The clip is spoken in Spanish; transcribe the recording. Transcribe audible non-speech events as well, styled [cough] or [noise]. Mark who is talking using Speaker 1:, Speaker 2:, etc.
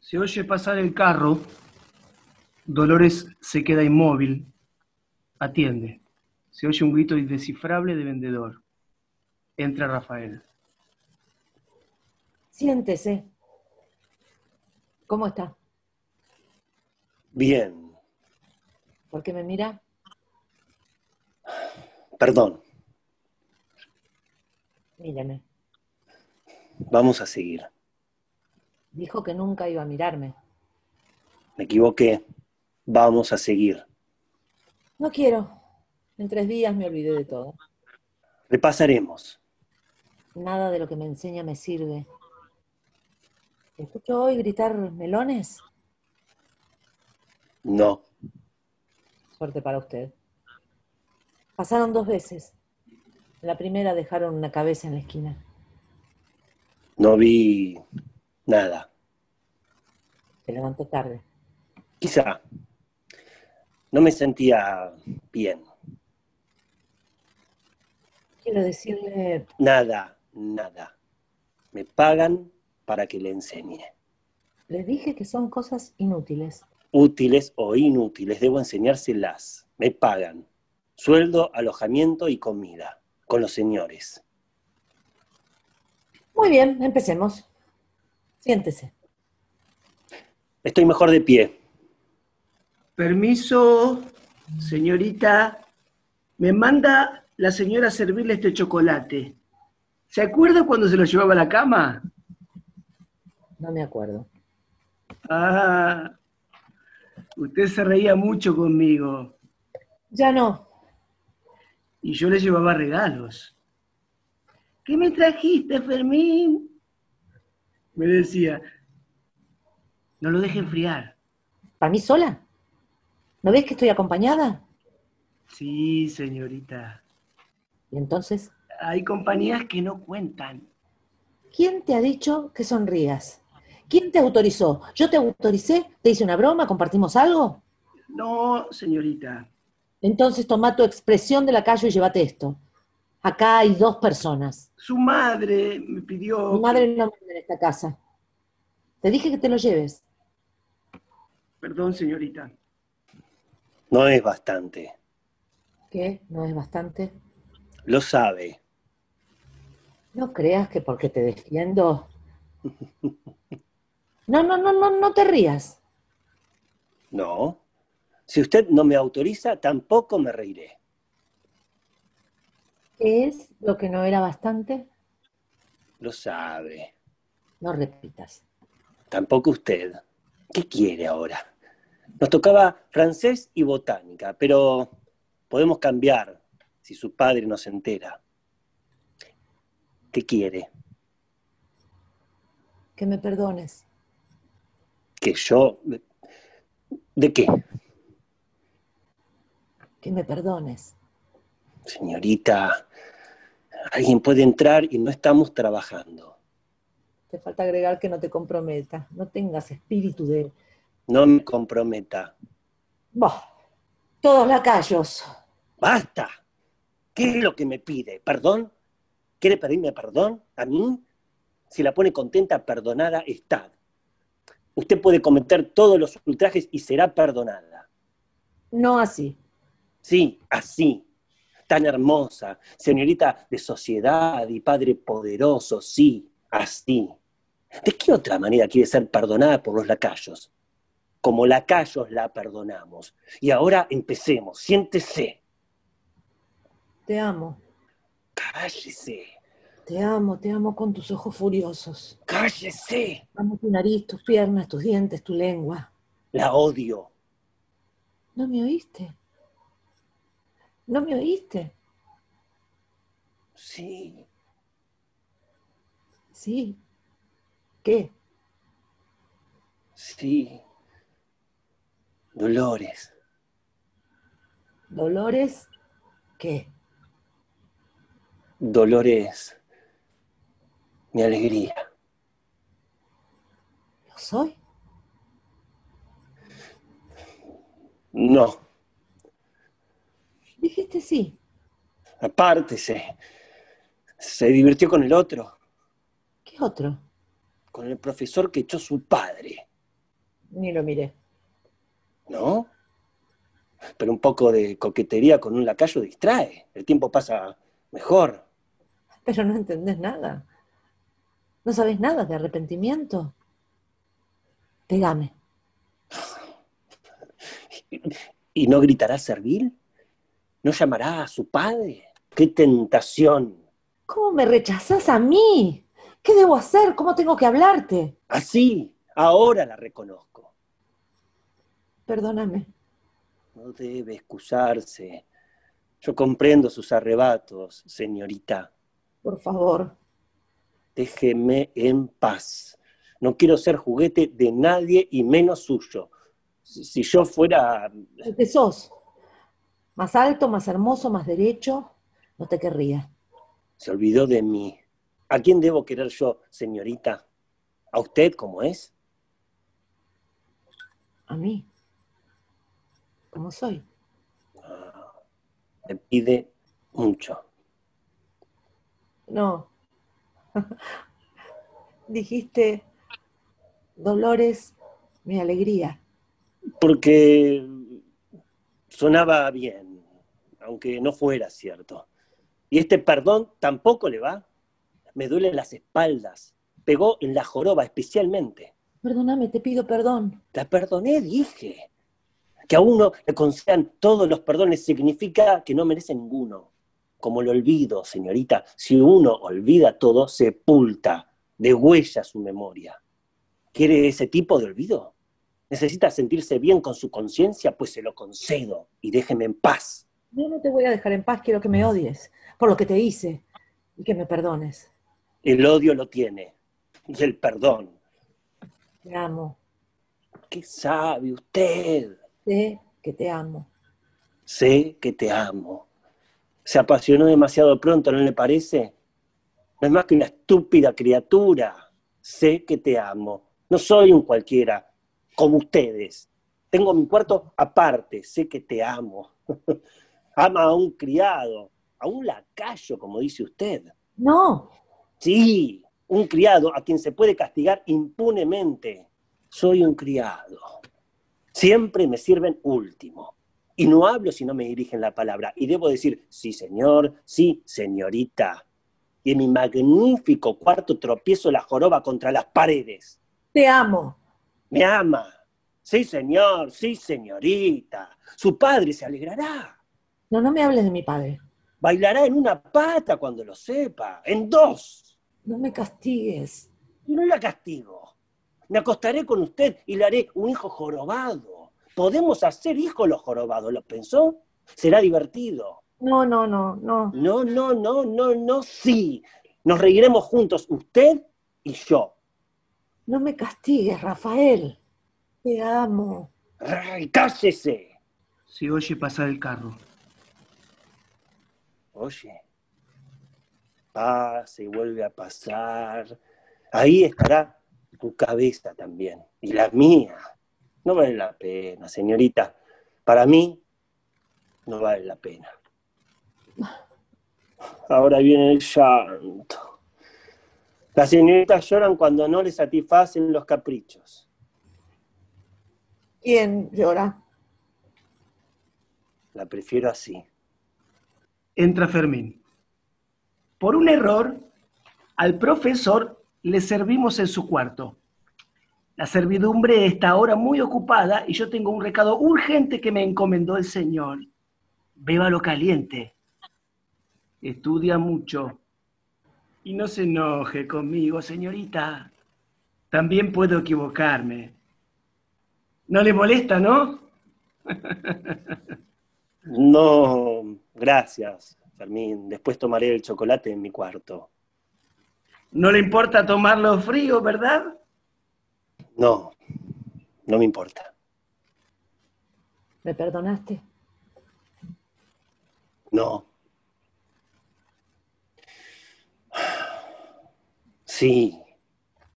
Speaker 1: Se oye pasar el carro. Dolores se queda inmóvil. Atiende. Se oye un grito indescifrable de vendedor. Entra Rafael.
Speaker 2: Siéntese. ¿Cómo está?
Speaker 3: Bien,
Speaker 2: ¿Por qué me mira?
Speaker 3: perdón,
Speaker 2: Míreme.
Speaker 3: vamos a seguir.
Speaker 2: Dijo que nunca iba a mirarme.
Speaker 3: Me equivoqué, vamos a seguir.
Speaker 2: No quiero. En tres días me olvidé de todo.
Speaker 3: Repasaremos.
Speaker 2: Nada de lo que me enseña me sirve. ¿Te escucho hoy gritar melones?
Speaker 3: No,
Speaker 2: Suerte para usted. Pasaron dos veces. La primera dejaron una cabeza en la esquina.
Speaker 3: no vi nada.
Speaker 2: Se levantó tarde.
Speaker 3: Quizá no me sentía bien.
Speaker 2: Quiero decirle,
Speaker 3: Nada, nada. Me pagan para que le enseñe.
Speaker 2: les dije que son cosas inútiles.
Speaker 3: Útiles o inútiles, debo enseñárselas. Me pagan. Sueldo, alojamiento y comida. Con los señores.
Speaker 2: Muy bien, empecemos. Siéntese.
Speaker 3: Estoy mejor de pie.
Speaker 1: Permiso, señorita. Me manda la señora a servirle este chocolate. ¿Se acuerda cuando se lo llevaba a la cama?
Speaker 2: No me acuerdo.
Speaker 1: Ah, usted se reía mucho conmigo
Speaker 2: Ya no.
Speaker 1: y yo le llevaba regalos. ¿Qué me trajiste, Fermín? Me decía, no lo deje enfriar.
Speaker 2: ¿Para mí sola? ¿No ves que estoy acompañada?
Speaker 1: Sí, señorita.
Speaker 2: Y entonces,
Speaker 1: Hay compañías que no cuentan.
Speaker 2: ¿quién te ha dicho que sonrías? ¿Quién te autorizó? ¿Yo te autoricé? ¿Te hice una broma? ¿Compartimos algo?
Speaker 1: No, señorita.
Speaker 2: Entonces toma tu expresión de la calle y llévate esto. Acá hay dos personas.
Speaker 1: Su madre me pidió...
Speaker 2: Mi madre no manda en esta casa. Te dije que te lo lleves.
Speaker 1: Perdón, señorita.
Speaker 3: No es bastante.
Speaker 2: ¿Qué? ¿No es bastante?
Speaker 3: Lo sabe.
Speaker 2: No creas que porque te defiendo. No, no, no, no, no te rías.
Speaker 3: No. Si usted no me autoriza, tampoco me reiré.
Speaker 2: ¿Qué es lo que no era bastante?
Speaker 3: Lo sabe.
Speaker 2: No repitas.
Speaker 3: Tampoco usted. ¿Qué quiere ahora? Nos tocaba francés y botánica, pero podemos cambiar si su padre nos entera. ¿Qué quiere?
Speaker 2: Que me perdones.
Speaker 3: ¿Que yo... ¿De qué?
Speaker 2: Que me perdones.
Speaker 3: Señorita, alguien puede entrar y no estamos trabajando.
Speaker 2: Te falta agregar que no te comprometas. No tengas espíritu de...
Speaker 3: No me comprometa.
Speaker 2: Bah, todos lacayos.
Speaker 3: ¡Basta! ¿Qué es lo que me pide? ¿Perdón? ¿Quiere pedirme perdón a mí? Si la pone contenta, perdonada está. Usted puede cometer todos los ultrajes y será perdonada.
Speaker 2: No así.
Speaker 3: Sí, así. Tan hermosa, señorita de sociedad y padre poderoso, sí, así. ¿De qué otra manera quiere ser perdonada por los lacayos? Como lacayos la perdonamos. Y ahora empecemos, siéntese.
Speaker 2: Te amo.
Speaker 3: Cállese.
Speaker 2: Te amo, te amo con tus ojos furiosos.
Speaker 3: ¡Cállese!
Speaker 2: Amo tu nariz, tus piernas, tus dientes, tu lengua.
Speaker 3: La odio.
Speaker 2: ¿No me oíste? ¿No me oíste?
Speaker 3: Sí,
Speaker 2: Sí. ¿Qué?
Speaker 3: sí. Dolores,
Speaker 2: ¿Dolores? ¿Qué?
Speaker 3: Dolores. Mi alegría.
Speaker 2: ¿Lo soy?
Speaker 3: No,
Speaker 2: Dijiste sí.
Speaker 3: apártese. Se divirtió con el otro,
Speaker 2: ¿Qué otro?
Speaker 3: con el profesor que echó su padre.
Speaker 2: Ni lo miré.
Speaker 3: ¿no? Pero un poco de coquetería con un lacayo distrae. El tiempo pasa mejor.
Speaker 2: Pero no entendés nada. No sabés nada de arrepentimiento. Pégame.
Speaker 3: ¿Y no gritará servil? ¿No llamará a su padre? ¡Qué tentación!
Speaker 2: ¿Cómo me rechazás a mí? ¿Qué debo hacer? ¿Cómo tengo que hablarte?
Speaker 3: Así, ahora la reconozco.
Speaker 2: Perdóname.
Speaker 3: No debe excusarse. Yo comprendo sus arrebatos, señorita.
Speaker 2: Por favor.
Speaker 3: Déjeme en paz. No quiero ser juguete de nadie y menos suyo. Si si yo fuera...
Speaker 2: El que sos. Más alto, más hermoso, más derecho, no te querría.
Speaker 3: Se olvidó de mí. ¿A quién debo querer yo, señorita? ¿A usted como es?
Speaker 2: A mí. Como soy.
Speaker 3: Me pide mucho.
Speaker 2: No. [laughs] Dijiste, Dolores, mi alegría.
Speaker 3: Porque sonaba bien, aunque no fuera cierto. Y este perdón tampoco le va. Me duelen las espaldas. Pegó en la joroba especialmente.
Speaker 2: Perdóname, te pido perdón.
Speaker 3: La perdoné, dije. Que a uno le concedan todos los perdones significa que no merece ninguno. Como el olvido, señorita, si uno olvida todo, sepulta, degüella su memoria. ¿Quiere ese tipo de olvido? Necesita sentirse bien con su conciencia, pues se lo concedo y déjeme en paz.
Speaker 2: Yo no te voy a dejar en paz, quiero que me odies por lo que te hice y que me perdones.
Speaker 3: El odio lo tiene y el perdón.
Speaker 2: Te amo,
Speaker 3: ¿Qué sabe usted?
Speaker 2: sé que te amo.
Speaker 3: Sé que te amo. Se apasionó demasiado pronto, ¿no le parece? No es más que una estúpida criatura. Sé que te amo. No soy un cualquiera, como ustedes. Tengo mi cuarto aparte, sé que te amo. [laughs] Ama a un criado, a un lacayo, como dice usted.
Speaker 2: No,
Speaker 3: Sí, un criado a quien se puede castigar impunemente. Soy un criado. Siempre me sirven último. Y no hablo si no me dirigen la palabra. Y debo decir, sí, señor, sí, señorita. Y en mi magnífico cuarto tropiezo la joroba contra las paredes.
Speaker 2: te amo.
Speaker 3: Me ama. Sí, señor, sí, señorita. Su padre se alegrará.
Speaker 2: No, no me hables de mi padre.
Speaker 3: Bailará en una pata cuando lo sepa, en dos.
Speaker 2: No me castigues.
Speaker 3: y no la castigo. Me acostaré con usted y le haré un hijo jorobado. Podemos hacer hijos los jorobados, ¿lo pensó? Será divertido.
Speaker 2: No, no, no, no.
Speaker 3: No, no, no, no, no, sí. Nos reiremos juntos, usted y yo.
Speaker 2: No me castigues, Rafael. Te amo.
Speaker 3: ¡Ay, cállese!
Speaker 1: Se oye pasar el carro.
Speaker 3: Oye, pasa y vuelve a pasar. Ahí estará tu cabeza también y la mía. No vale la pena, señorita. Para mí, no vale la pena. Ahora viene el llanto. Las señoritas lloran cuando no les satisfacen los caprichos.
Speaker 2: ¿Quién llora?
Speaker 3: La prefiero así.
Speaker 1: Entra Fermín. Por un error, al profesor le servimos en su cuarto. La servidumbre está ahora muy ocupada y yo tengo un recado urgente que me encomendó el señor. Bébalo caliente. Estudia mucho. Y no se enoje conmigo, señorita. También puedo equivocarme. No le molesta, ¿no?
Speaker 3: No, gracias, Fermín. Después tomaré el chocolate en mi cuarto.
Speaker 1: No le importa tomarlo frío, ¿verdad?
Speaker 3: No, no me importa.
Speaker 2: ¿Me perdonaste?
Speaker 3: No. Sí,